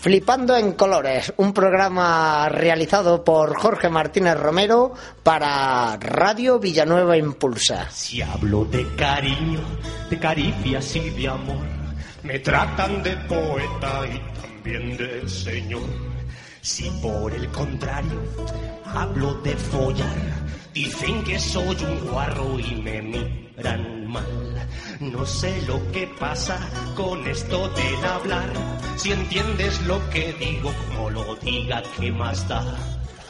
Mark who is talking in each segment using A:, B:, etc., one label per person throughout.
A: Flipando en Colores, un programa realizado por Jorge Martínez Romero para Radio Villanueva Impulsa.
B: Si hablo de cariño, de caricias y de amor, me tratan de poeta y también de señor. Si por el contrario hablo de follar, dicen que soy un guarro y me miran mal. No sé lo que pasa con esto del hablar. Si entiendes lo que digo, no lo diga, que más da?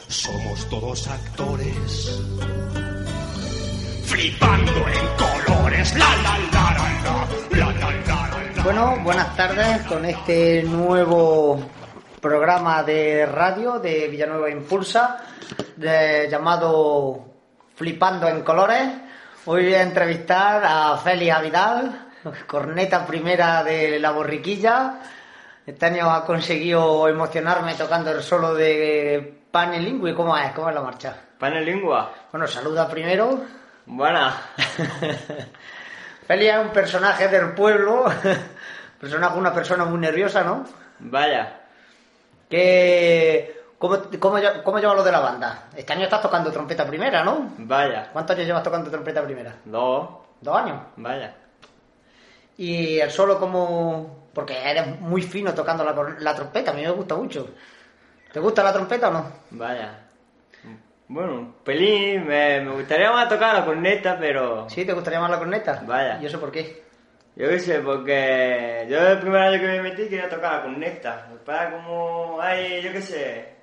B: Somos todos actores. Flipando en colores, la la la la la la la la la.
A: Bueno, buenas tardes con este nuevo programa de radio de Villanueva Impulsa de- llamado Flipando en Colores. Hoy voy a entrevistar a Félix Vidal, corneta primera de La Borriquilla. Este año ha conseguido emocionarme tocando el solo de Panelingüe. ¿Cómo es? ¿Cómo es la marcha?
C: Panel lingua.
A: Bueno, saluda primero.
C: Buena.
A: Félix es un personaje del pueblo, personaje, una persona muy nerviosa, ¿no?
C: Vaya.
A: Que, ¿cómo, cómo, lle- ¿Cómo llevas lo de la banda? Este año estás tocando trompeta primera, ¿no?
C: Vaya.
A: ¿Cuántos años llevas tocando trompeta primera?
C: Dos.
A: Dos años.
C: Vaya.
A: Y el solo como... Porque eres muy fino tocando la, cor- la trompeta, a mí me gusta mucho. ¿Te gusta la trompeta o no?
C: Vaya. Bueno, un pelín. Me, me gustaría más tocar la corneta, pero.
A: ¿Sí? ¿Te gustaría más la corneta?
C: Vaya.
A: ¿Y eso por qué?
C: Yo qué sé, porque. Yo el primer año que me metí quería tocar la corneta. Para como. Ay, yo qué sé.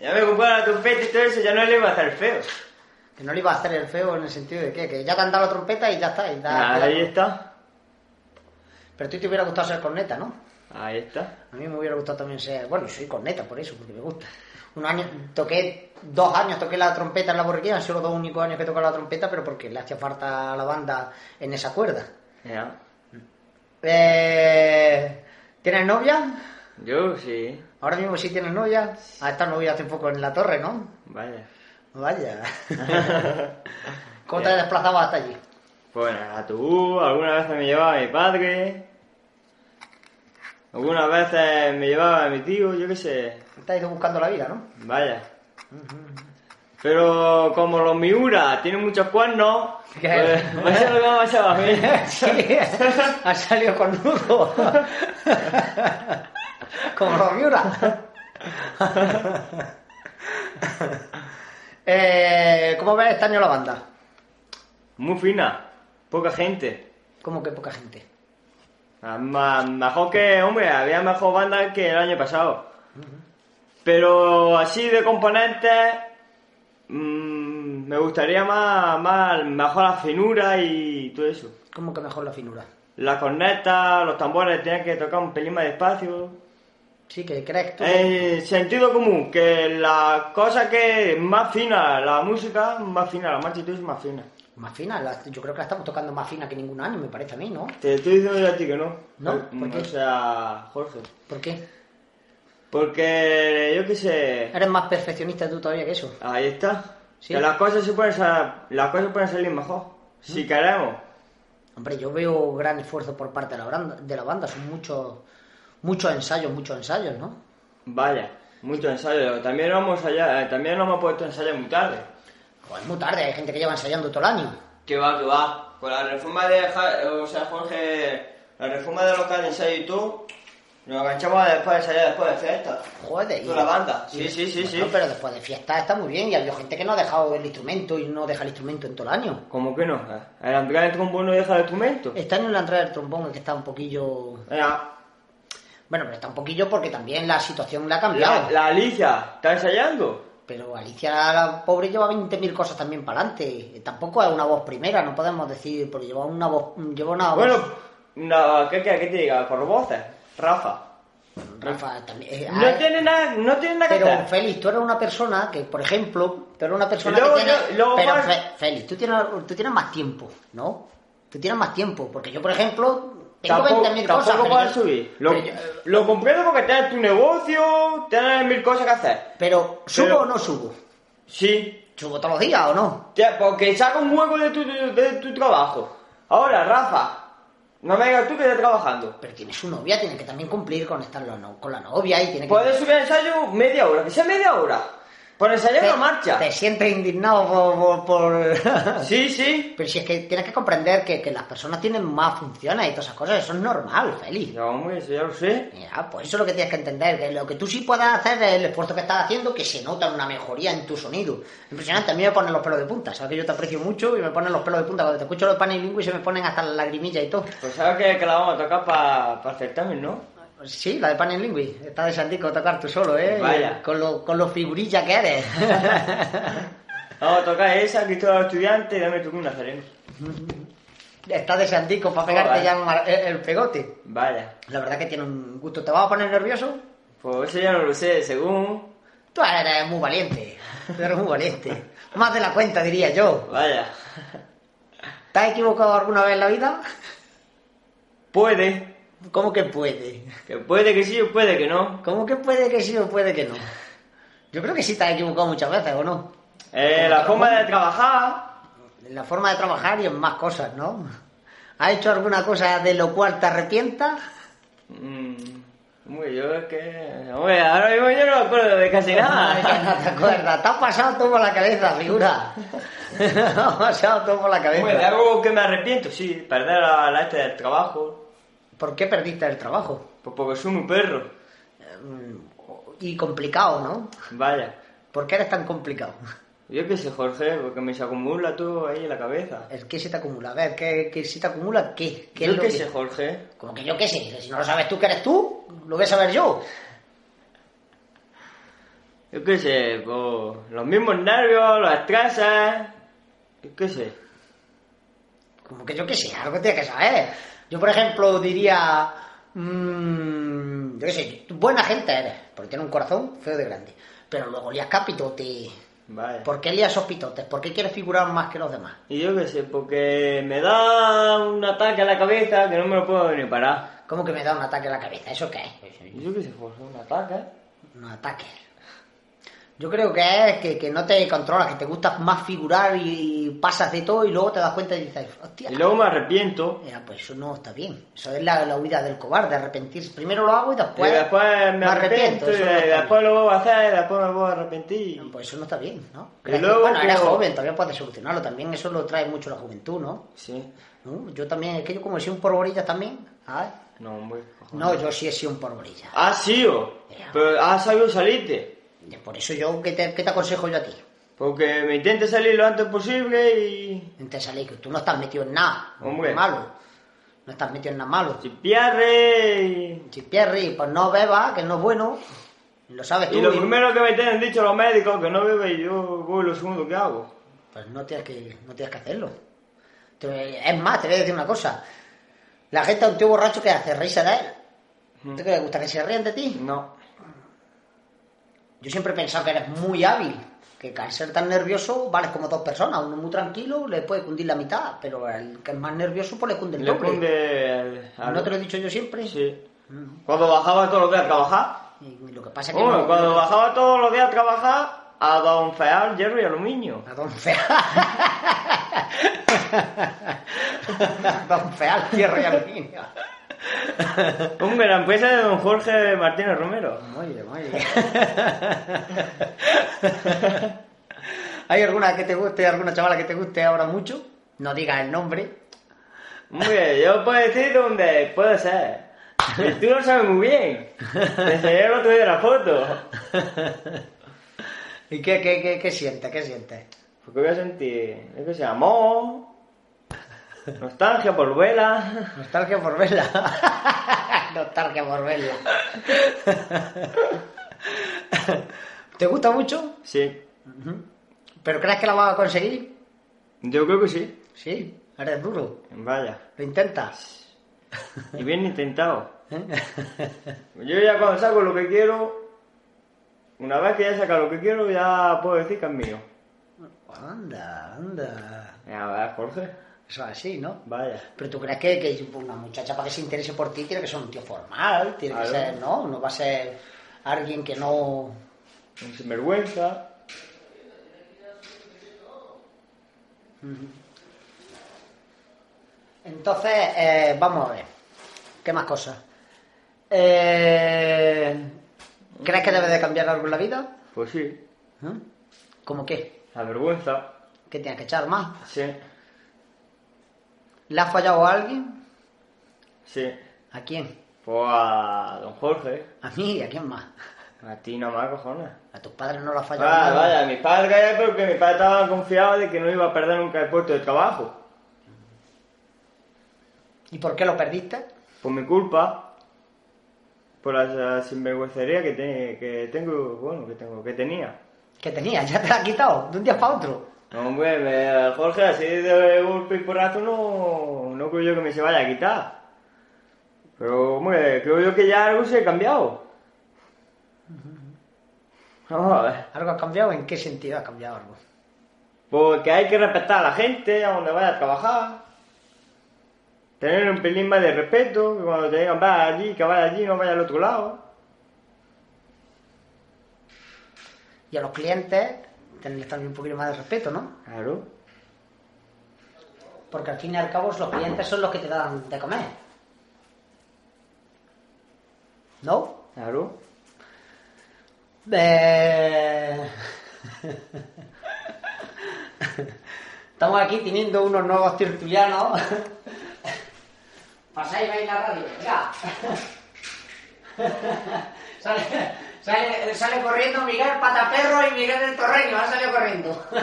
C: Ya me compré la trompeta y todo eso, ya no le iba a hacer feo.
A: Que no le iba a hacer el feo en el sentido de que, que ya te han dado la trompeta y ya está. y da-
C: Ah, ahí está.
A: Pero a ti te hubiera gustado ser corneta, ¿no?
C: Ahí está.
A: A mí me hubiera gustado también ser, bueno, soy corneta por eso, porque me gusta. Un año, toqué, dos años toqué la trompeta en la borriquilla, han sido los dos únicos años que he tocado la trompeta, pero porque le hacía falta a la banda en esa cuerda.
C: Ya.
A: Eh, ¿Tienes novia?
C: Yo sí.
A: Ahora mismo sí tienes novia. Ha estado novia hace poco en la torre, ¿no?
C: Vaya.
A: Vaya. ¿Cómo te desplazabas hasta allí?
C: Bueno, a Pues tú, algunas veces me llevaba mi padre, algunas veces me llevaba mi tío, yo qué sé,
A: Estás ido buscando la vida, ¿no?
C: vaya. Pero como los Miura tienen muchos cuernos,
A: ¿Qué?
C: pues, pues eso es lo que me ha pasado a mí.
A: Sí, ha salido con nudo. Como Romiura. Eh, ¿Cómo ves este año la banda?
C: Muy fina, poca gente.
A: Como que poca gente.
C: Ah, ma- Mejor que, hombre, había mejor banda que el año pasado. Pero así de componentes, mm, me gustaría más, más, mejor la finura y todo eso.
A: Como que mejor la finura.
C: La corneta, los tambores tienen que tocar un pelín más despacio.
A: Sí, que crees tú.
C: En sentido común, que la cosa que más fina la música, más fina la marcha y todo es más fina.
A: Más fina, la- yo creo que la estamos tocando más fina que ningún año, me parece a mí, ¿no?
C: Te estoy diciendo yo a ti que no.
A: No,
C: Mm,
A: ¿por qué?
C: O sea, Jorge.
A: ¿Por qué?
C: Porque yo qué sé.
A: Eres más perfeccionista tú todavía que eso.
C: Ahí está.
A: Sí.
C: Que las cosas se pueden sa- las cosas pueden salir mejor. Si queremos.
A: Hombre, yo veo gran esfuerzo por parte de la banda, de la banda. son muchos, muchos ensayos, muchos ensayos, ¿no?
C: Vaya, mucho ensayo. También no hemos allá, eh, también no hemos puesto ensayo muy tarde.
A: Joder, muy tarde, hay gente que lleva ensayando todo el año.
C: Que va, que va. Con la reforma de Ja- o sea, Jorge, la reforma de local de ensayo y tú, nos enganchamos después de ensayar después de fiesta.
A: Joder.
C: Toda la banda. Sí, sí, sí,
A: Bueno,
C: sí.
A: Pero después de fiesta está muy bien y ha habido gente que no ha dejado el instrumento y no deja el instrumento en todo el año.
C: ¿Cómo que no? Eh, El Andrés el trombón no deja el instrumento.
A: Este año la entrada del trombón es que está un poquillo...
C: Era,
A: Bueno, pero está un poquillo porque también la situación le ha cambiado.
C: La, la Alicia, ¿está ensayando?
A: Pero Alicia, la pobre, lleva 20.000 cosas también para adelante. Tampoco es una voz primera, no podemos decir, porque lleva una voz. Lleva una voz.
C: Bueno, no, ¿qué, qué, qué te diga? Por voces, Rafa.
A: Rafa, también. eh,
C: No
A: ah,
C: tiene nada, no tiene nada que
A: Pero
C: hacer.
A: Félix, tú eres una persona que, por ejemplo, tú eres una persona
C: Luego
A: que tiene.
C: yo- luego
A: pero
C: más-
A: Fe- Félix, tú tienes, tú tienes más tiempo, ¿no? Tú tienes más tiempo, porque yo, por ejemplo, tengo
C: Tampoco,
A: 20.000
C: tampoco
A: cosas. pero
C: puedes
A: yo-
C: subir. Lo,
A: pero, yo-
C: lo comprendo porque tienes tu negocio, tienes mil cosas que hacer.
A: pero, ¿subo
C: pero-
A: o no subo?
C: Sí,
A: ¿Subo todos los días o no?
C: Ya, porque saca un hueco de tu, de, tu trabajo. Ahora, Rafa, no me digas tú que estás trabajando.
A: Pero tienes su novia, tienes que también cumplir con estar la no- con la novia y tienes que.
C: Puedes subir al ensayo media hora, que sea media hora. Por ensayar
A: te,
C: la marcha.
A: te sientes indignado por... por- por-
C: Sí, sí.
A: Pero si es que tienes que comprender que, que las personas tienen más funciones y todas esas cosas, eso es normal, Félix.
C: No, hombre, eso ya lo sé.
A: Mira, pues eso es lo que tienes que entender, que lo que tú sí puedas hacer es el esfuerzo que estás haciendo, que se nota una mejoría en tu sonido. Impresionante, a mí me ponen los pelos de punta, sabes que yo te aprecio mucho y me ponen los pelos de punta, cuando te escucho los panes y se me ponen hasta las lagrimillas y todo.
C: Pues sabes que, que la vamos a tocar para pa el certamen, ¿no?
A: Sí, la de Pan en Lingui. Está de Santico tocar tú solo, ¿eh?
C: Vaya.
A: Con lo, con lo figurilla que eres.
C: Vamos a tocar esa, Cristo de estudiante, y dame tú un nazareno.
A: Está de Santico para pegarte
C: Joder.
A: ya un mar- el- el pegote.
C: Vaya.
A: La verdad que tiene un gusto. ¿Te vas a poner nervioso?
C: Pues eso ya no lo sé, según.
A: Tú eres muy valiente. Tú eres muy valiente. Más de la cuenta, diría yo.
C: Vaya.
A: ¿Te has equivocado alguna vez en la vida?
C: Puede.
A: ¿Cómo que puede?
C: Que puede que sí o puede que no.
A: ¿Cómo que puede que sí o puede que no? Yo creo que sí te has equivocado muchas veces, ¿o no?
C: Eh, la forma de trabajar.
A: En la forma de trabajar y en más cosas, ¿no? ¿Has hecho alguna cosa de lo cual te arrepientas?
C: Mm, Hombre, yo es que. Hombre, ahora mismo yo no me acuerdo de casi
A: Ay,
C: nada.
A: no te acuerdas. Te has pasado todo por la cabeza, figura. Te has pasado todo por la
C: Hombre, de
A: cabeza.
C: algo que me arrepiento, sí, perder a la este del trabajo.
A: ¿Por qué perdiste el trabajo? Mm,
C: Pues porque soy un perro.
A: Y complicado, ¿no?
C: Vaya.
A: ¿Por qué eres tan complicado?
C: Yo qué sé, Jorge, porque me se acumula todo ahí en la cabeza.
A: ¿El qué se te acumula? A ver, ¿qué, qué se te acumula? ¿Qué? Eh, ¿Qué es
C: Yo
A: lo
C: qué
A: que-
C: sé, Jorge.
A: Como que yo qué sé. Si no lo sabes tú que eres tú, lo voy a saber yo.
C: Yo qué sé, pues. Los mismos nervios, los estresas. Yo qué sé.
A: Como que yo qué sé, algo tienes que saber. Yo, por ejemplo, diría. mm, yo qué sé, tú buena gente eres, porque tienes un corazón feo de grande. Pero luego lías capitote.
C: Vaya.
A: ¿Por qué lías esos pitotes? ¿Por qué quieres figurar más que los demás?
C: Y yo qué sé, porque me da un ataque a la cabeza que no me lo puedo ni parar.
A: ¿Cómo que me da un ataque a la cabeza? ¿Eso qué es?
C: Yo qué sé, Jorge, un ataque.
A: Un ataque. Yo creo que es que, que no te controlas, que te gusta más figurar y, y pasas de todo y luego te das cuenta y dices, hostia.
C: Y luego me arrepiento.
A: Mira, pues eso no está bien. Eso es la, la huida del cobarde, arrepentirse. Primero lo hago y después,
C: y después me arrepiento,
A: eso no
C: y
A: está
C: después lo vuelvo a hacer, y después me vuelvo a arrepentir.
A: bien. Pues eso no está bien, ¿no?
C: Y luego,
A: bueno, eres
C: como-
A: joven, también puedes solucionarlo. También eso lo trae mucho la juventud, ¿no?
C: Sí.
A: ¿No? Yo también, es que yo como he sido un porborillas también. ¿sabes?
C: No, hombre.
A: No, yo sí he sido un porborillas.
C: Ha sido. Pero has sabido salirte.
A: Y Por eso yo, ¿qué te, qué te aconsejo yo a ti?
C: Porque me intentes salir lo antes posible y...
A: Te salí, que tú no estás metido en nada
C: Hombre.
A: malo. No estás metido en nada malo.
C: Si pierdes y...
A: Si Pierre, pues no bebas, que no es bueno. Lo sabes tú.
C: y lo
A: y-
C: primero que me tienen dicho los médicos que no bebe y yo voy lo segundo que hago.
A: Pues no tienes que, no tienes que hacerlo. Te- Es más, te voy a decir una cosa. La gente a un tío borracho que hace risa de él.
C: Mm.
A: ¿Tú qué le gusta que se rían de ti?
C: No.
A: Yo siempre he pensado que eres muy hábil, que al ser tan nervioso vales como dos personas. Uno muy tranquilo le puede cundir la mitad, pero al que es más nervioso pues le cunde el
C: Le
A: doble.
C: cunde al... al-
A: ¿No te lo he dicho yo siempre?
C: Sí. Cuando bajaba todos los días a trabajar.
A: Y lo que pasa es que
C: Hombre,
A: no-
C: cuando bajaba todos los días a trabajar, a don Feal, hierro y aluminio.
A: A Don Feal. Don Feal, tierra y aluminio.
C: Hombre, la empresa de don Jorge Martínez Romero.
A: Muy bien, muy bien. ¿Hay alguna que te guste, alguna chavala que te guste ahora mucho? No digas el nombre.
C: Hombre, yo puedo decir donde puede ser. Y tú lo sabes muy bien. Te enseñé el otro día la foto.
A: ¿Y qué, qué, qué, qué sientes? ¿Qué sientes?
C: Porque voy a sentir, yo qué sé, amor, Nostalgia por vela.
A: Nostalgia por verla. Nostalgia por verla. ¿Te gusta mucho?
C: Sí,
A: ¿Pero crees que la vas a conseguir?
C: yo creo que sí.
A: Sí, eres duro.
C: Vaya.
A: Lo intentas. ¿eh?
C: Y bien intentado. Yo ya cuando saco lo que quiero, una vez que ya saca lo que quiero, ya puedo decir que es mío.
A: Anda, anda.
C: Ya ver, Jorge.
A: Eso es así, ¿no?
C: Vaya.
A: Pero tú crees que, que una muchacha para que se interese por ti tiene que ser un tío formal, tiene que
C: Claro.
A: ser, ¿no? No va a ser alguien que no.
C: Un sinvergüenza.
A: Entonces, eh, vamos a ver. ¿Qué más cosas? Eh, ¿Crees que debe de cambiar algo en la vida?
C: Pues sí.
A: ¿Eh? ¿Cómo qué?
C: La vergüenza.
A: ¿Qué tienes que echar más?
C: Sí.
A: ¿Le has fallado a alguien?
C: Sí.
A: ¿A quién?
C: Pues a don Jorge.
A: ¿A mí? ¿Y a quién más?
C: A ti nomás, cojones.
A: ¿A tus padres no le has fallado
C: Vaya,
A: nada?
C: vaya, mi padre calla porque mi padre estaba confiado de que no iba a perder nunca el puesto de trabajo.
A: ¿Y por qué lo perdiste?
C: Por mi culpa. Por la sinvergüencería que, te- que tengo, bueno, que tengo, que tenía.
A: ¿Qué tenías? ¿Ya te la has quitado? De un día para otro.
C: No, Hombre, me- Jorge, así de golpe y porrazo no, no creo yo que me se vaya a quitar. Pero, hombre, creo yo que ya algo se ha cambiado. Vamos a ver.
A: ¿Algo ha cambiado? ¿En qué sentido ha cambiado algo?
C: Porque hay que respetar a la gente a donde vaya a trabajar. Tener un pelín más de respeto, que cuando te digan vaya allí, que vaya allí, no vaya al otro lado.
A: Y a los clientes tenerles también un poquito más de respeto, ¿no?
C: Claro.
A: Porque al fin y al cabo los clientes son los que te dan de comer. ¿No?
C: Claro.
A: Eh, Estamos aquí teniendo unos nuevos tertulianos. Pasáis, vais la radio, ya. sale, sale- sale corriendo Miguel Pataperro y Miguel del Torreño, han salido corriendo.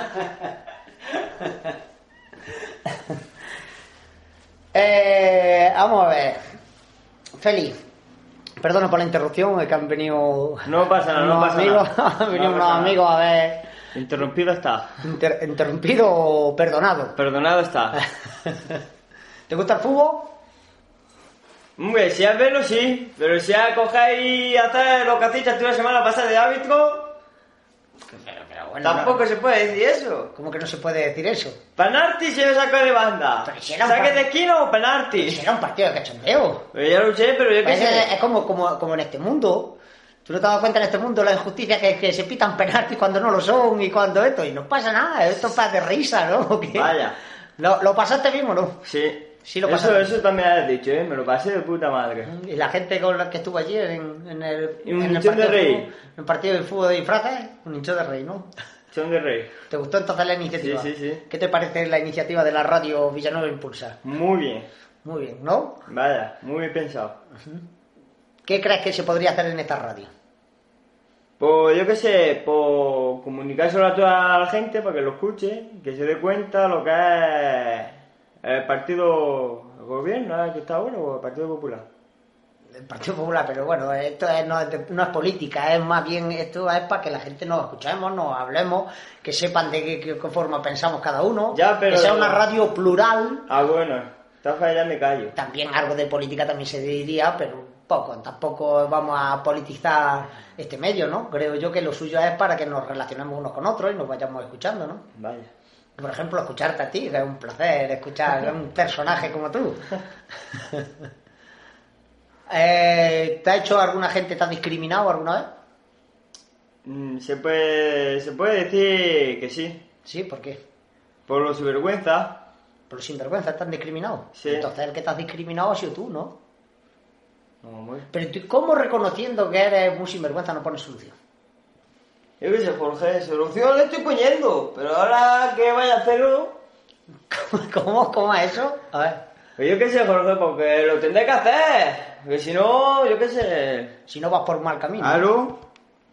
A: Eh, vamos a ver. Feli, perdona por la interrupción, es que han venido.
C: No pasa nada, no
A: unos
C: pasa
A: amigos-
C: nada.
A: Han venido
C: No
A: unos
C: pasa nada.
A: amigos a ver.
C: Interrumpido está.
A: inter- interrumpido o perdonado.
C: Perdonado está.
A: ¿Te gusta el fútbol?
C: Hombre, si es verlo sí, pero si es coger y hacer lo que haciste tú la semana pasada de árbitro,
A: Pero, pero bueno.
C: tampoco se puede decir eso.
A: ¿Cómo que no se puede decir eso?
C: Penalti se lo sacó de banda.
A: Pero si era un
C: Saque
A: pan-
C: de esquina o penalti.
A: Será un partido de cachondeo.
C: Pero ya lo sé, pero yo qué
A: Pues es,
C: sé.
A: es como, como, como en este mundo. Tú no te das cuenta en este mundo la injusticia que, que se pitan penaltis cuando no lo son y cuando esto. Y no pasa nada, esto es para de risa, ¿no? ¿O qué?
C: Vaya.
A: Lo, lo pasaste mismo, ¿no?
C: Sí.
A: Sí lo
C: eso,
A: pasaste.
C: eso también has dicho, ¿eh? Me lo pasé de puta madre.
A: Y la gente con la que estuvo allí en, en el,
C: Y un
A: en el
C: hinchón
A: partido
C: de rey.
A: fútbol- en el partido de fútbol de disfraces, un hincho de rey, ¿no?
C: Son de rey.
A: ¿Te gustó entonces la iniciativa?
C: Sí, sí, sí.
A: ¿Qué te parece la iniciativa de la radio Villanueva Impulsa?
C: Muy bien.
A: Muy bien, ¿no?
C: Vaya, muy bien pensado.
A: ¿Qué crees que se podría hacer en esta radio?
C: Pues yo qué sé, por comunicárselo a toda la gente para que lo escuche, que se dé cuenta lo que es el partido el gobierno eh, que está ahora o el Partido Popular.
A: El Partido Popular, pero bueno, esto es- no, es de- no es política, es más bien esto es para que la gente nos escuchemos, nos hablemos, que sepan de qué, qué forma pensamos cada uno,
C: Ya, pero-
A: que sea una radio plural,
C: Ah, bueno, entonces ya me callo.
A: también algo de política también se diría, pero poco, tampoco vamos a politizar este medio, ¿no? Creo yo que lo suyo es para que nos relacionemos unos con otros y nos vayamos escuchando, ¿no?
C: Vaya.
A: Por ejemplo, escucharte a ti, que es un placer escuchar a un personaje como tú. Eh, ¿Te ha hecho alguna gente, te ha discriminado alguna vez?
C: Mm, Se puede, se puede decir que sí,
A: Sí, ¿por qué?
C: por lo sinvergüenza.
A: Por los sinvergüenzas te han discriminado.
C: Sí.
A: Entonces el que te has discriminado ha sido tú, ¿no?
C: No, muy-
A: Pero ¿tú cómo reconociendo que eres un sinvergüenza no pones solución?
C: Yo qué sé, Jorge, solución le estoy poniendo, pero ahora que vaya a hacerlo...
A: ¿Cómo, cómo es eso? A ver,
C: Pues yo qué sé, Jorge, porque lo tendré que hacer. Porque si no, yo qué sé...
A: si no vas por mal camino.
C: Claro.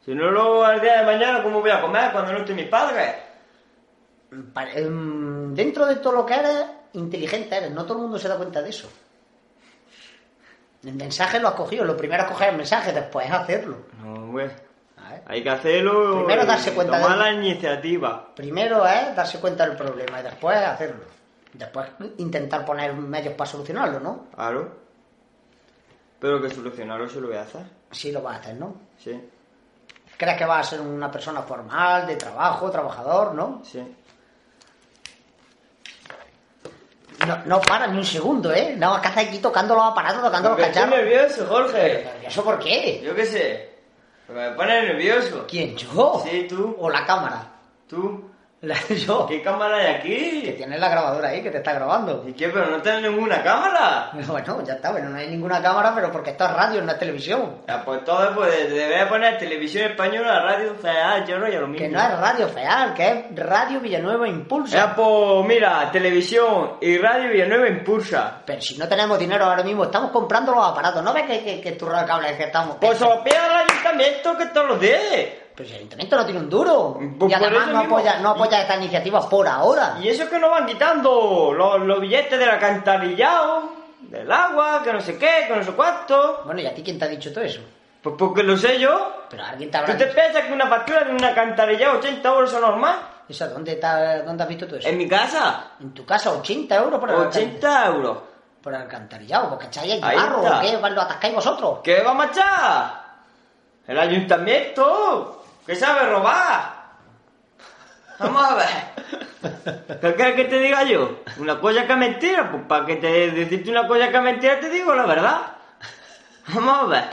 C: Si no, luego al día de mañana, ¿cómo voy a comer cuando no estoy mis padres?
A: Pa- em, Dentro de todo lo que eres, inteligente eres. No todo el mundo se da cuenta de eso. El mensaje lo has cogido. Lo primero es coger el mensaje, después es hacerlo.
C: No, güey.
A: A ver.
C: Hay que hacerlo.
A: Primero
C: y
A: darse cuenta
C: Tomar
A: de-
C: la iniciativa.
A: Primero es darse cuenta del problema y después hacerlo. Después intentar poner medios para solucionarlo, ¿no?
C: Claro. Pero que solucionarlo se lo voy a hacer.
A: Sí lo vas a hacer, ¿no?
C: Sí,
A: Crees que vas a ser una persona formal, de trabajo, trabajador, ¿no?
C: sí.
A: No, no paras ni un segundo, ¿eh? Nada más que estás aquí tocando los aparatos, tocando los
C: Porque estoy
A: cacharros.
C: nervioso, Jorge.
A: ¿Y eso por qué?
C: Yo qué sé. Porque me pone nervioso.
A: ¿Quién? ¿Yo?
C: Sí, tú.
A: ¿O la cámara?
C: ¿Tú?
A: La, yo.
C: ¿Qué cámara hay
A: Que
C: aquí?
A: tienes la grabadora ahí, que te está grabando.
C: ¿Y qué? Pero no tenés ninguna cámara.
A: Bueno, ya está, bueno, no hay ninguna cámara, pero porque esto es radio, no es televisión.
C: Ya, pues todo pues, debería poner televisión española, radio, CA, yo no ya lo mismo.
A: Que no es radio feal, que es Radio Villanueva Impulsa.
C: Ya, pues mira, televisión y radio Villanueva impulsa.
A: Pero si no tenemos dinero ahora mismo, estamos comprando los aparatos. ¿No ves que, que, que turra de cables que estamos?
C: Pues se lo pide al ayuntamiento que te lo dé.
A: Pero si el ayuntamiento no tiene un duro.
C: Pues
A: y
C: por
A: además
C: eso
A: no
C: mismo.
A: apoya, no apoya esta iniciativa por ahora.
C: Y eso que nos van quitando los, los billetes del alcantarillado, del agua, que no sé qué, que no sé cuánto.
A: Bueno, ¿y a ti quién te ha dicho todo eso?
C: Pues porque lo sé yo.
A: Pero alguien te habrá
C: ¿Tú te
A: dicho.
C: piensas que una factura de un alcantarillado 80 euros es normal?
A: Eso, ¿dónde, está, ¿Dónde has visto todo eso?
C: En mi casa,
A: En tu casa, 80 euros por el, alcan-
C: 80 euros.
A: por el alcantarillado. ¿Vos cacháis el
C: Ahí
A: barro?
C: está.
A: ¿o ¿Qué? ¿Lo atascáis vosotros?
C: ¿Qué va a marchar? El ayuntamiento, que sabe robar. Vamos a ver. ¿Qué quieres que te diga yo? Una cosa que es mentira, pues para que te decirte una cosa que es mentira te digo la verdad. Vamos a ver.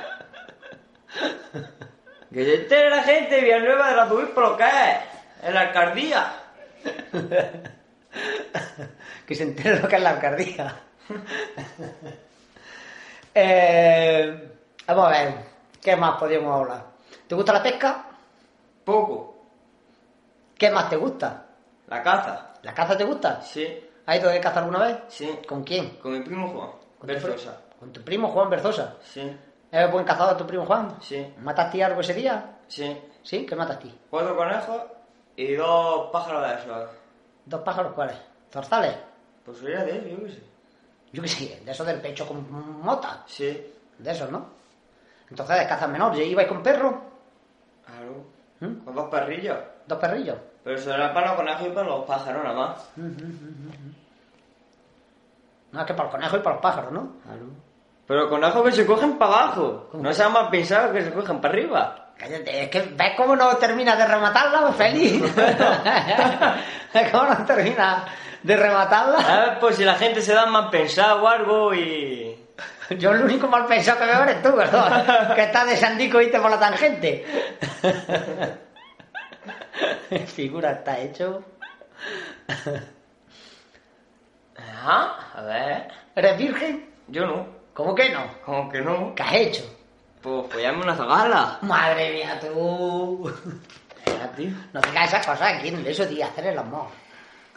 C: Que se entere la gente de Villanueva de la Zubir por lo que es. En la alcaldía.
A: que se entere lo que es la alcaldía. Eh, vamos a ver, ¿qué más podríamos hablar? ¿Te gusta la pesca?
C: Poco.
A: ¿Qué más te gusta?
C: La caza.
A: ¿La caza te gusta?
C: Sí,
A: ¿Has ido de caza alguna vez?
C: sí.
A: ¿Con quién?
C: Con mi primo Juan.
A: ¿Con
C: Berzosa.
A: Tu, con tu primo Juan Berzosa.
C: Sí,
A: ¿Eres buen cazador tu primo Juan?
C: sí,
A: ¿Mataste algo ese día?
C: sí.
A: ¿Sí? ¿Qué mataste?
C: Cuatro conejos y dos pájaros de esos.
A: ¿Dos pájaros cuáles? ¿Zorzales?
C: Pues sería de él, yo qué sé.
A: Yo qué sé, de esos del pecho con mota.
C: Sí,
A: De esos, ¿no? Entonces, de caza menor, ¿y ibais con perro?
C: claro.
A: ¿Mm?
C: Con dos perrillos.
A: ¿Dos perrillos?
C: Pero eso era para los conejos y para los pájaros nada más.
A: No, es que para el conejo y para los pájaros, ¿no?
C: Claro. Pero conejos que se cogen para abajo.
A: ¿Cómo
C: No
A: que?
C: se mal pensado que se cogen para arriba.
A: Cállate, es que ves cómo no termina de rematarla, pues, feliz. ¿Ves cómo no termina de rematarla?
C: A ver, pues si la gente se da mal pensado o algo y.
A: Yo el único mal pensado que veo eres tú, ¿verdad? Que estás de sandico y te por la tangente. Figura está hecho.
C: Ajá, Ah, a ver.
A: ¿Eres virgen?
C: Yo no.
A: ¿Cómo que no?
C: Como que no.
A: ¿Qué has hecho?
C: Pues follarme una zagala.
A: Madre mía, tú.
C: Ya, tío.
A: No te esas cosas aquí, de eso, tío, hacer el amor.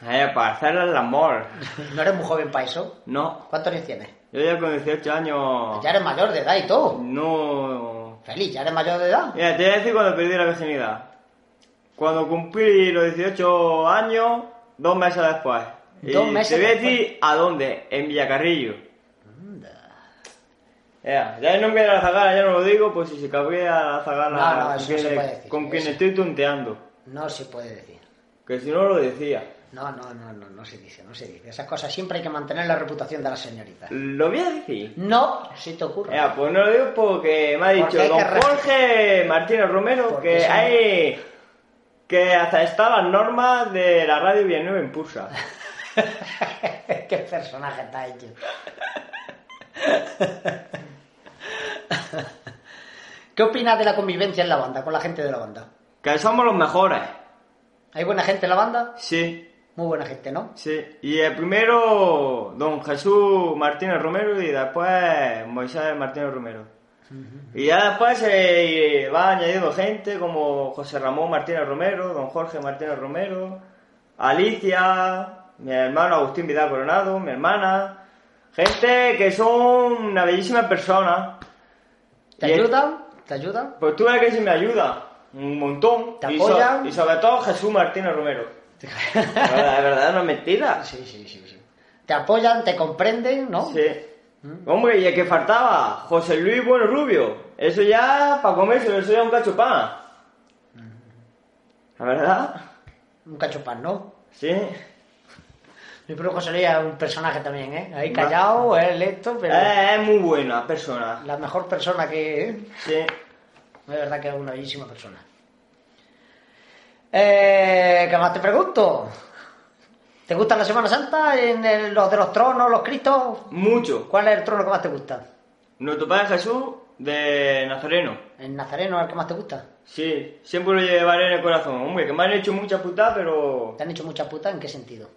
C: Eh, para hacerle el amor.
A: No eres muy joven para eso.
C: No.
A: ¿Cuántos años tienes?
C: Yo ya con 18 años.
A: Ya eres mayor de edad y todo.
C: No.
A: Feliz, ya eres mayor de edad.
C: Mira, te voy a decir cuando perdí la virginidad. Cuando cumplí los 18 años, dos meses después.
A: Dos
C: y
A: meses
C: te voy a
A: después.
C: decir a dónde, en Villacarrillo. Ya, ya el nombre de la zagala ya no lo digo, pues si se cabría la zagala
A: No, no,
C: con,
A: eso no se puede
C: quien,
A: decir,
C: con quien
A: eso.
C: estoy tonteando.
A: No se puede decir.
C: Que si no lo decía.
A: No, no, no, no, no se dice, no se dice. Esas cosas siempre hay que mantener la reputación de las señoritas.
C: Lo voy a decir.
A: No, si te ocurre.
C: Ya, pues no lo digo porque me ha dicho
A: Porque hay
C: don
A: que respetar.
C: Jorge Martínez Romero
A: Porque
C: que
A: son-
C: hay que aceptar las normas de la radio Villanueva Impulsa.
A: Qué personaje está hecho. ¿Qué opinas de la convivencia en la banda, con la gente de la banda?
C: Que somos los mejores.
A: ¿Hay buena gente en la banda?
C: Sí,
A: Muy buena gente, ¿no?
C: sí. Y el primero, don Jesús Martínez Romero y después Moisés Martínez Romero. Y ya después se va añadiendo gente como José Ramón Martínez Romero, don Jorge Martínez Romero, Alicia, mi hermano Agustín Vidal Coronado, mi hermana. Gente que son una bellísima persona.
A: ¿Te
C: Y el-
A: ayudan? ¿Te ayudan?
C: Pues tú eres que sí me ayuda. Un montón.
A: ¿Te
C: y, so-
A: apoyan?
C: y sobre todo Jesús Martínez Romero. La verdad, la verdad no es mentira.
A: Sí, sí, sí, sí. te apoyan, te comprenden, ¿no?
C: Sí. Hombre, y el que faltaba, José Luis Bueno Rubio. Eso ya, para comerse, eso ya es un cachupán. ¿La verdad?
A: Un cachopán, ¿no?
C: Sí.
A: Mi primo José Luis es un personaje también, ¿eh? Ahí callado, él esto, pero
C: Eh, es muy buena persona.
A: la mejor persona que... ¿eh?
C: Sí.
A: De verdad que es una bellísima persona. Eh, ¿Qué más te pregunto? ¿Te gusta la Semana Santa? ¿En el- los de los tronos, los cristos?
C: Mucho.
A: ¿Cuál es el trono que más te gusta?
C: Nuestro Padre Jesús de Nazareno.
A: ¿El nazareno es el que más te gusta?
C: Sí, siempre lo llevaré en el corazón. Hombre, que me han hecho muchas putas, pero...
A: ¿Te han hecho mucha puta? ¿En qué sentido?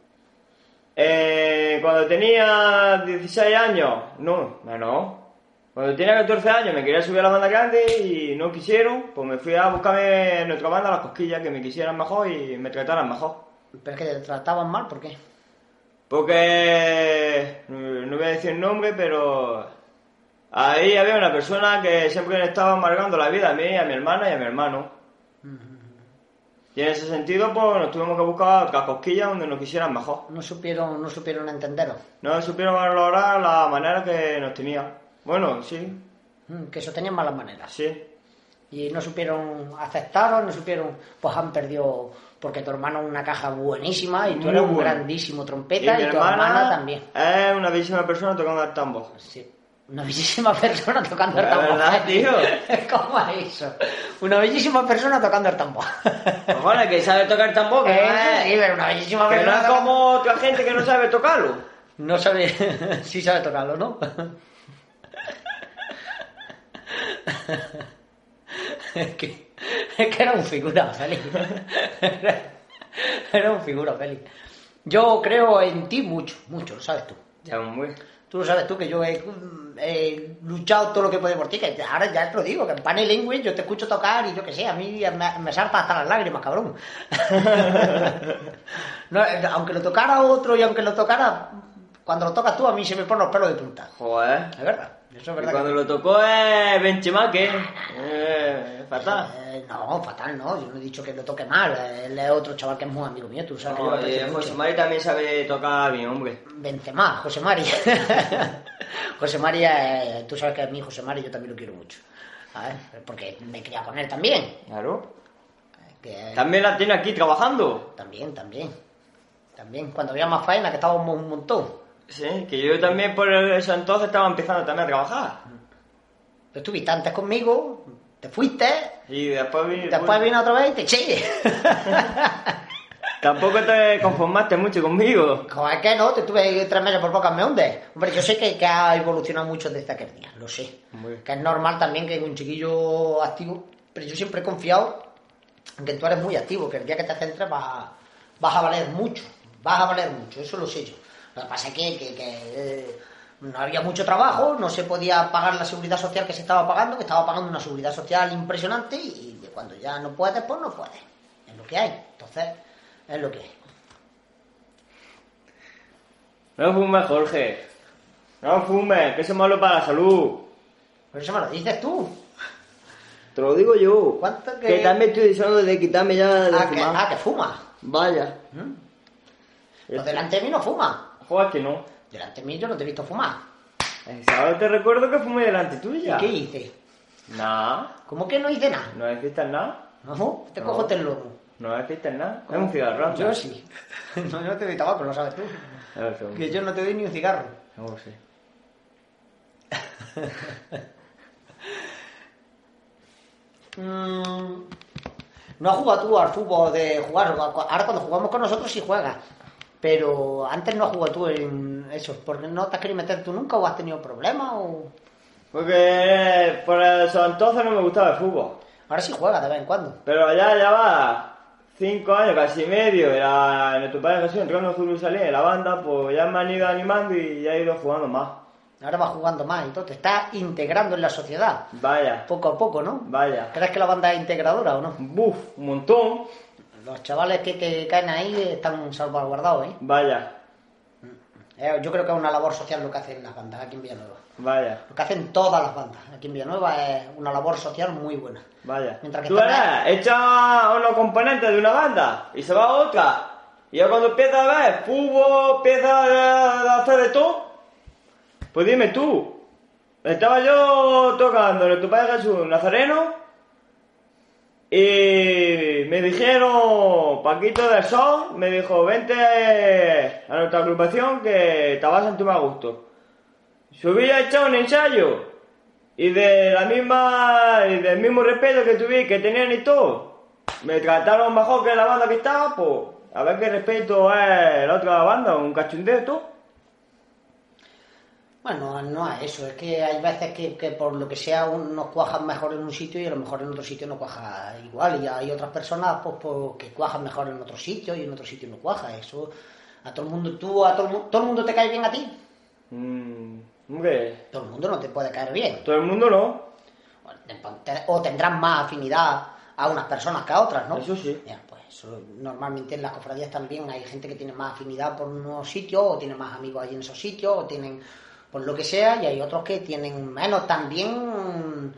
C: Eh, cuando tenía 16 años, no, no, no. Cuando tenía 14 años me quería subir a la banda grande y no quisieron, pues me fui a buscarme en otra banda las cosquillas que me quisieran mejor y me trataran mejor.
A: ¿Pero es que te trataban mal? ¿Por qué?
C: Porque, mm, no no voy a decir el nombre, pero ahí había una persona que siempre le estaba amargando la vida a mí, a mi hermana y a mi hermano. Y en ese sentido, pues nos tuvimos que buscar otras cosquillas donde nos quisieran mejor.
A: No supieron, no supieron entenderos.
C: No supieron valorar la manera que nos tenía. Bueno, sí,
A: Mm, Que eso tenían malas maneras.
C: sí.
A: Y no supieron aceptaros, no supieron... Pues han perdido... Porque tu hermano es una caja buenísima y tú
C: Muy
A: eres un
C: bueno.
A: grandísimo trompeta y, tu hermana también.
C: es una bellísima persona tocando el tambor.
A: Sí. Una bellísima persona tocando el
C: La
A: tambor.
C: verdad, tío.
A: ¿Cómo es eso? Una bellísima persona tocando el tambor.
C: Cojones, Pues que sabe tocar el tambor, que, no
A: Eso sí,
C: es,
A: pero una bellísima
C: que no
A: persona.
C: es como otra gente que no sabe tocarlo.
A: No sabe. sí sabe tocarlo, ¿no? es, que... es que era un figura, Félix. era un figura, Félix. Yo creo en ti mucho, mucho, lo sabes tú.
C: Ya, muy.
A: Tú lo sabes tú que yo he, he luchado todo lo que puede por ti, que ahora ya te lo digo, que en pan y lengüe yo te escucho tocar y yo qué sé, a mí me, me salta hasta las lágrimas, cabrón. No, eh, aunque lo tocara otro y aunque lo tocara, cuando lo tocas tú a mí se me ponen los pelos de punta.
C: Joder.
A: Es verdad, eso es
C: Y
A: verdad.
C: cuando
A: que-
C: lo tocó es Benchimake. Eh, fatal.
A: Eh, no, fatal no, yo no he dicho que lo toque mal, eh, él es otro chaval que es muy amigo mío, tú sabes que yo lo
C: No, y
A: aprecio
C: José
A: mucho.
C: Mari también sabe tocar bien, hombre.
A: Benzema, José Mari. José Mari, eh, tú sabes que a mí José Mari yo también lo quiero mucho. A ver, Porque me he criado con él también.
C: Claro.
A: que-
C: También la tiene aquí trabajando.
A: también, también. También, cuando había más faena que estábamos un montón.
C: Sí, que yo también por eso entonces estaba empezando también a trabajar.
A: Tú estuviste antes conmigo, te fuiste,
C: Y después, vi-
A: después
C: bueno,
A: vino otra vez y te eché.
C: Tampoco te conformaste mucho conmigo.
A: Joder, que no, te tuve tres meses por pocas me hundes. Hombre, yo sé que, que ha evolucionado mucho desde aquel día, lo sé.
C: Muy bien.
A: Que es normal también que un chiquillo activo, pero yo siempre he confiado en que tú eres muy activo, que el día que te centres vas a, vas a valer mucho, vas a valer mucho, eso lo sé yo. Lo que pasa es que, que- que, eh, no había mucho trabajo, no se podía pagar la seguridad social que se estaba pagando, que estaba pagando una seguridad social impresionante y de cuando ya no puedes, pues no puedes. Es lo que hay, entonces es lo que hay.
C: No fumes, Jorge. No fumes, que eso es malo para la salud.
A: Pero eso me lo dices tú.
C: Te lo digo yo.
A: ¿Cuánto que-
C: que... también estoy deseando de quitarme ya de
A: Ah, que,
C: fumar.
A: ah, ¿Mm? que fuma.
C: Vaya.
A: Pues delante de mí no fuma.
C: Joder, que no.
A: Delante de mí yo no te he visto fumar.
C: El sábado te recuerdo que fumé delante tuya.
A: ¿Qué hice?
C: Nah,
A: ¿Cómo que no hice nada?
C: no necesitas nada.
A: No, te
C: No.
A: cojo el lomo.
C: No necesitas nada. Es un cigarro.
A: Yo sí. No, yo no te doy tabaco, lo sabes tú. Que yo no te doy ni un cigarro.
C: No sé.
A: Mm, No has jugado tú al fútbol de jugar. Ahora cuando jugamos con nosotros sí juegas. Pero antes no has jugado tú en eso. Porque no te has querido meter tú nunca o has tenido problemas o...
C: Porque por eso entonces no me gustaba el fútbol.
A: Ahora sí juegas de vez en cuando.
C: Pero allá ya va cinco años, casi medio, era en tu padre Jesús, entrando en Jerusalén, en la banda, pues ya me han ido animando y ya he ido jugando más.
A: Ahora vas jugando más, entonces te estás integrando en la sociedad.
C: Vaya,
A: Poco a poco, ¿no?
C: vaya.
A: ¿Crees que la banda es integradora o no?
C: Buf, un montón.
A: Los chavales que, que caen ahí están salvaguardados, ¿eh?
C: Vaya,
A: Eh, Yo creo que es una labor social lo que hacen las bandas aquí en Villanueva.
C: vaya,
A: Lo que hacen todas las bandas aquí en Villanueva es una labor social muy buena.
C: vaya.
A: Mientras que
C: Tú
A: están
C: eres, echa unos componentes de una banda y se va a otra. Y ya cuando empiezas a ver fútbol, empiezas a a hacer de todo, pues dime tú, estaba yo tocando en tu padre Jesús Nazareno y me dijeron, Paquito del Sol, me dijo, vente a nuestra agrupación que te vas a sentir más a gusto. Subí a echar un ensayo y de la misma y del mismo respeto que tuve que tenían y todo me trataron mejor que la banda que estaba pues a ver qué respeto es la otra banda un cachondeo y todo
A: Bueno, no a eso, es que hay veces que, que por lo que sea un- nos cuajan mejor en un sitio y a lo mejor en otro sitio no cuaja igual. Y hay otras personas pues, pues, que cuajan mejor en otro sitio y en otro sitio no cuaja. Eso a todo el mundo, tú, a todo, el mu- todo el mundo te cae bien a ti.
C: Mm, hombre
A: Todo el mundo no te puede caer bien.
C: todo el mundo no
A: O te- O tendrás más afinidad a unas personas que a otras, ¿no?
C: Eso sí.
A: Ya, pues eso, normalmente en las cofradías también hay gente que tiene más afinidad por unos sitios, o tiene más amigos allí en esos sitios, o tienen por lo que sea, y hay otros que tienen menos también.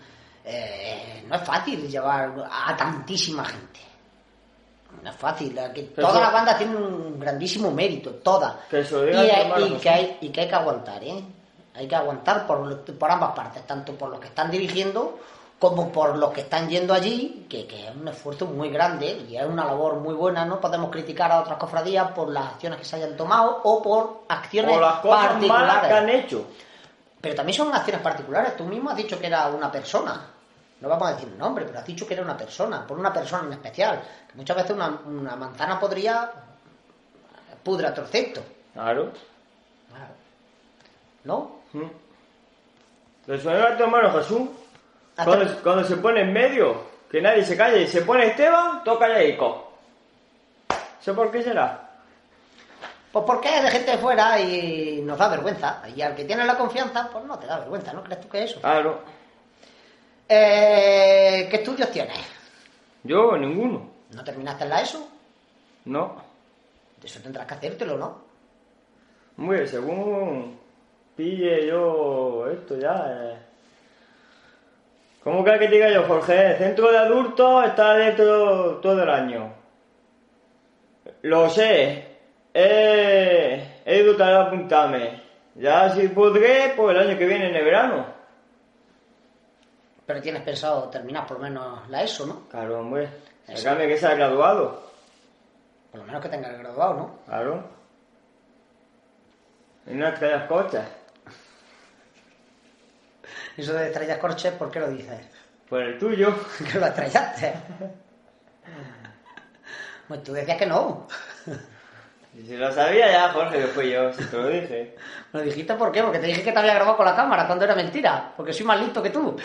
A: eh, no es fácil llevar a tantísima gente. No es fácil. eh, que
C: Pero
A: todas
C: eso-
A: las bandas tienen un grandísimo mérito, todas.
C: Que se lo
A: y,
C: diga a tu
A: hay-
C: hermano,
A: y
C: pues,
A: que hay, y que hay que aguantar, ¿eh? Hay que aguantar por, lo- por ambas partes, tanto por los que están dirigiendo como por los que están yendo allí, que, que es un esfuerzo muy grande y es una labor muy buena. No podemos criticar a otras cofradías por las acciones que se hayan tomado o por acciones
C: o las cosas malas que han
A: particulares.
C: hecho
A: Pero también son acciones particulares. Tú mismo has dicho que era una persona. No vamos a decir un nombre, pero has dicho que era una persona, por una persona en especial. Que muchas veces una, una manzana podría pudra trocito,
C: claro
A: ¿no?
C: Mm. le suena a tu hermano Jesús
A: Hasta-
C: cuando, cuando se pone en medio que nadie se calle y se pone Esteban toca Yaico sé por qué será
A: Pues porque es de gente de fuera y nos da vergüenza. Y al que tiene la confianza, pues no te da vergüenza, ¿no crees tú que eso?
C: claro
A: Eh, ¿Qué estudios tienes?
C: yo ninguno
A: ¿No terminaste en la ESO?
C: no
A: Eso tendrás que hacértelo, ¿no?
C: Hombre, según pille yo esto ya. eh. ¿Cómo que que te diga yo, Jorge? El centro de adultos está dentro todo el año. Lo sé. He, he ido a apuntarme. Ya si podré, pues el año que viene en el verano.
A: Pero tienes pensado terminar por lo menos la ESO, ¿no?
C: Claro, hombre.
A: Eso.
C: Sácame que se ha graduado.
A: Por lo menos que tengas el graduado, ¿no?
C: Claro. Y no estrellas coches.
A: Eso de estrellas corches, ¿por qué lo dices?
C: Por el tuyo.
A: Que lo estrellaste. Pues tú decías que no.
C: Y si lo sabía ya, Jorge, que fui yo, si te lo dije.
A: ¿Lo dijiste por qué? Porque te dije que te había grabado con la cámara cuando era mentira. Porque soy más listo que tú.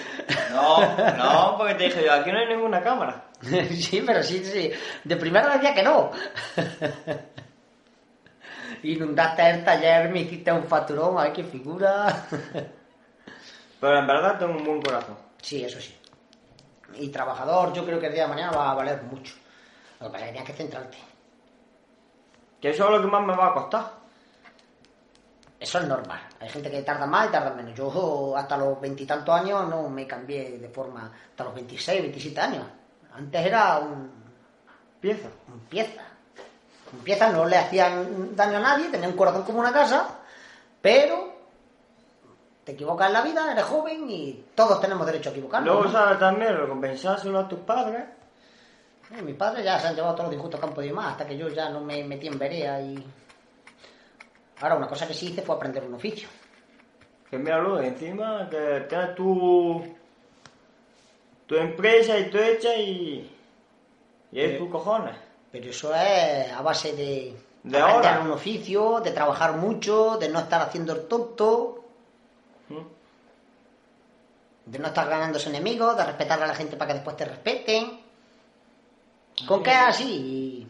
C: No, no, porque te dije yo, aquí no hay ninguna cámara.
A: sí, pero sí, sí. De primera decía que no. Inundaste el taller, me hiciste un facturón, ay, qué figura.
C: Pero en verdad tengo un buen corazón.
A: sí, eso sí. Y trabajador, yo creo que el día de mañana va a valer mucho. Lo que pasa es que tienes que centrarte.
C: Que eso es lo que más me va a costar.
A: Eso es normal. Hay gente que tarda más y tarda menos. Yo hasta los veintitantos años no me cambié de forma. Hasta los 26, 27 años. Antes era un,
C: Pieza.
A: un pieza. Un pieza no le hacían daño a nadie, tenía un corazón como una casa, pero te equivocas en la vida, eres joven y todos tenemos derecho a equivocarnos.
C: Luego
A: ¿no?
C: sabes también recompensárselo a tus padres.
A: Eh, Mis padres ya se han llevado todos los disgustos que han podido más, hasta que yo ya no me metí en vereda y... Ahora, una cosa que sí hice fue aprender un oficio.
C: Que míralo, encima que tienes tu. tu empresa y tu hecha y. y es tus cojones.
A: Pero eso es a base de,
C: De
A: aprender
C: ahora.
A: un oficio, de trabajar mucho, de no estar haciendo el tonto,
C: ¿Mm?
A: de no estar ganándose enemigos, de respetar a la gente para que después te respeten. Con que es así.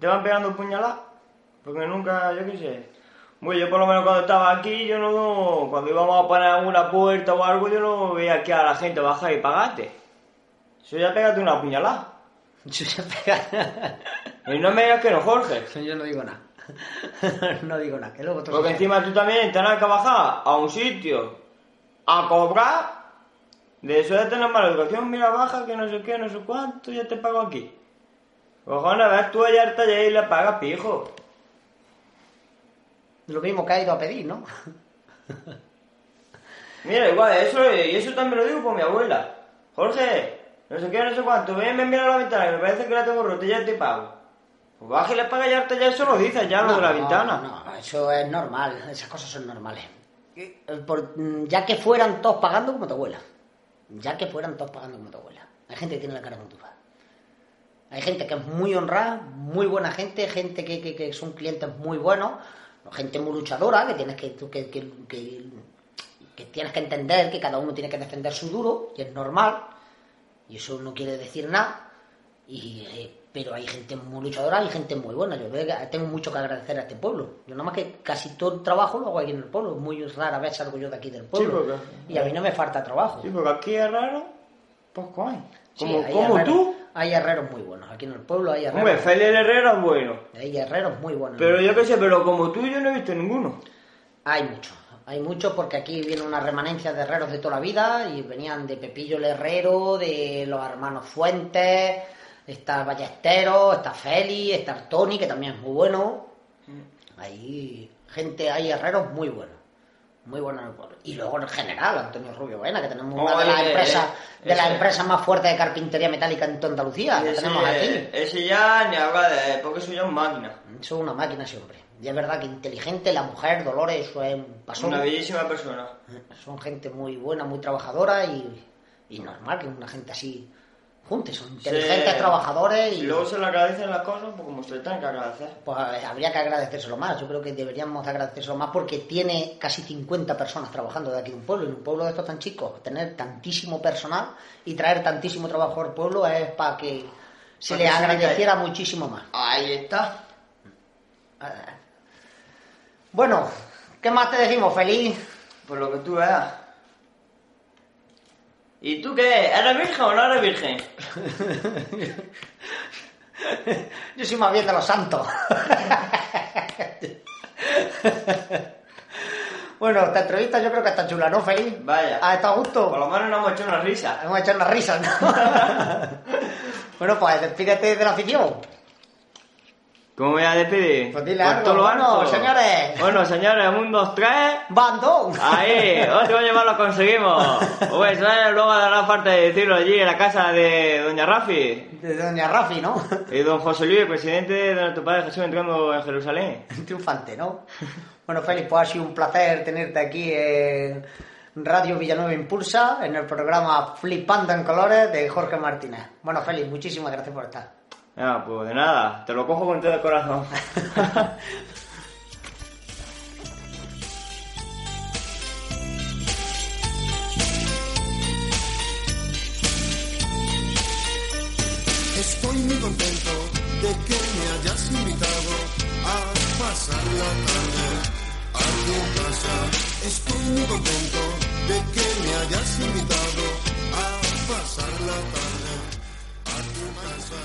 C: Te van pegando puñaladas. Porque nunca, yo qué sé. Bueno, yo por lo menos cuando estaba aquí, yo no. Cuando íbamos a poner alguna puerta o algo, yo no veía aquí a la gente bajar y pagarte. Eso ya pégate una puñalada.
A: Yo ya pega-
C: Y no me digas que no, Jorge.
A: Yo no digo nada. no digo nada. Que luego otros
C: Porque
A: se-
C: Pues encima tú también tendrás que bajar a un sitio a cobrar. De eso de tener mala educación, mira, baja, que no sé qué, no sé cuánto, ya te pago aquí. Cojones, vas tú allá al taller y le pagas pijo.
A: Lo mismo que ha ido a pedir, ¿no?
C: Mira, igual, eso, y eso también lo digo por mi abuela. Jorge, no sé qué, no sé cuánto, ven, ven, mira la ventana, que me parece que la tengo rota y ya te pago. Pues baja y le paga ya, ya eso lo dices, ya lo de la ventana.
A: No, eso es normal, esas cosas son normales. Eh, por- mm, ya que fueran todos pagando como tu abuela. Ya que fueran todos pagando como tu abuela. Hay gente que tiene la cara muy dura. Hay gente que es muy honrada, muy buena gente, gente que, que- que son clientes muy buenos, gente muy luchadora, que tienes que, tú que- que- que- que tienes que entender que cada uno tiene que defender su duro, y es normal, y eso no quiere decir nada. Y, eh, pero hay gente muy luchadora y gente muy buena. Yo veo que tengo mucho que agradecer a este pueblo. Yo nada más que casi todo el trabajo lo hago aquí en el pueblo. Muy rara vez salgo yo de aquí del pueblo.
C: porque-
A: y a mí no me falta trabajo.
C: Sí, porque aquí es raro, pues coño.
A: Sí,
C: Como,
A: hay
C: como
A: herreros-
C: tú.
A: Hay herreros muy buenos. Aquí en el pueblo hay herreros.
C: Hombre, Feli el Herrera es bueno.
A: Hay herreros muy buenos.
C: Pero yo qué sé, pero como tú yo no he visto ninguno.
A: Hay mucho, hay mucho porque aquí viene una remanencia de herreros de toda la vida y venían de Pepillo el Herrero, de los hermanos Fuentes, está Ballesteros, está Feli, está Artoni, que también es muy bueno.
C: Mm.
A: Hay gente, hay herreros muy buenos, muy buenos en el pueblo. Y luego en general, Antonio Rubio Vena, que tenemos una de las
C: Oye,
A: empresas, de las
C: ese.
A: empresas más fuertes de carpintería metálica en toda Andalucía, que
C: ese,
A: tenemos aquí.
C: ese ya ni habla de él, porque soy ya es máquina.
A: Es una máquina siempre. Y es verdad que inteligente, la mujer, Dolores, eso es un pasón.
C: Una bellísima persona.
A: Son gente muy buena, muy trabajadora y, y normal que una gente así junte. Son inteligentes,
C: Sí.
A: trabajadores
C: Y
A: y
C: luego se le agradecen las cosas, pues como se le tienen que agradecer.
A: pues, habría que agradecérselo más. Yo creo que deberíamos de agradecérselo más porque tiene casi 50 personas trabajando de aquí de un pueblo. En un pueblo de estos tan chicos, tener tantísimo personal y traer tantísimo trabajo al pueblo es para que se
C: Pa'
A: le
C: que se le
A: agradeciera muchísimo más.
C: Ahí está.
A: Bueno, ¿qué más te decimos, Feliz?
C: Por lo que tú veas. ¿Y tú qué? ¿Eres virgen o no eres virgen?
A: Yo soy más bien de los santos. bueno, esta entrevista yo creo que está chula, ¿no, Feliz?
C: Vaya.
A: ¿Ha estado a
C: Por
A: gusto?
C: lo menos nos hemos hecho una risa.
A: Hemos echado una risa, ¿no? bueno, pues despídete de la afición.
C: ¿Cómo me voy a despedir?
A: Pues dile
C: Por
A: algo.
C: todos los
A: Bueno,
C: arcos.
A: señores.
C: Bueno, señores, un, dos, tres.
A: ¡Bandón!
C: Ahí, otro año más lo conseguimos. Pues eh, luego dará falta de decirlo allí en la casa de Doña Rafi.
A: De Doña Rafi, ¿no?
C: Y don José Luis, presidente de nuestro padre Jesús, entrando en Jerusalén.
A: Triunfante, ¿no? Bueno, Félix, pues ha sido un placer tenerte aquí en Radio Villanueva Impulsa, en el programa Flipando en Colores de Jorge Martínez. Bueno, Félix, muchísimas gracias por estar.
C: Ah, pues de nada, te lo cojo con todo el corazón.
D: Estoy muy contento de que me hayas invitado a pasar la tarde a tu casa. Estoy muy contento de que me hayas invitado a pasar la tarde a tu casa.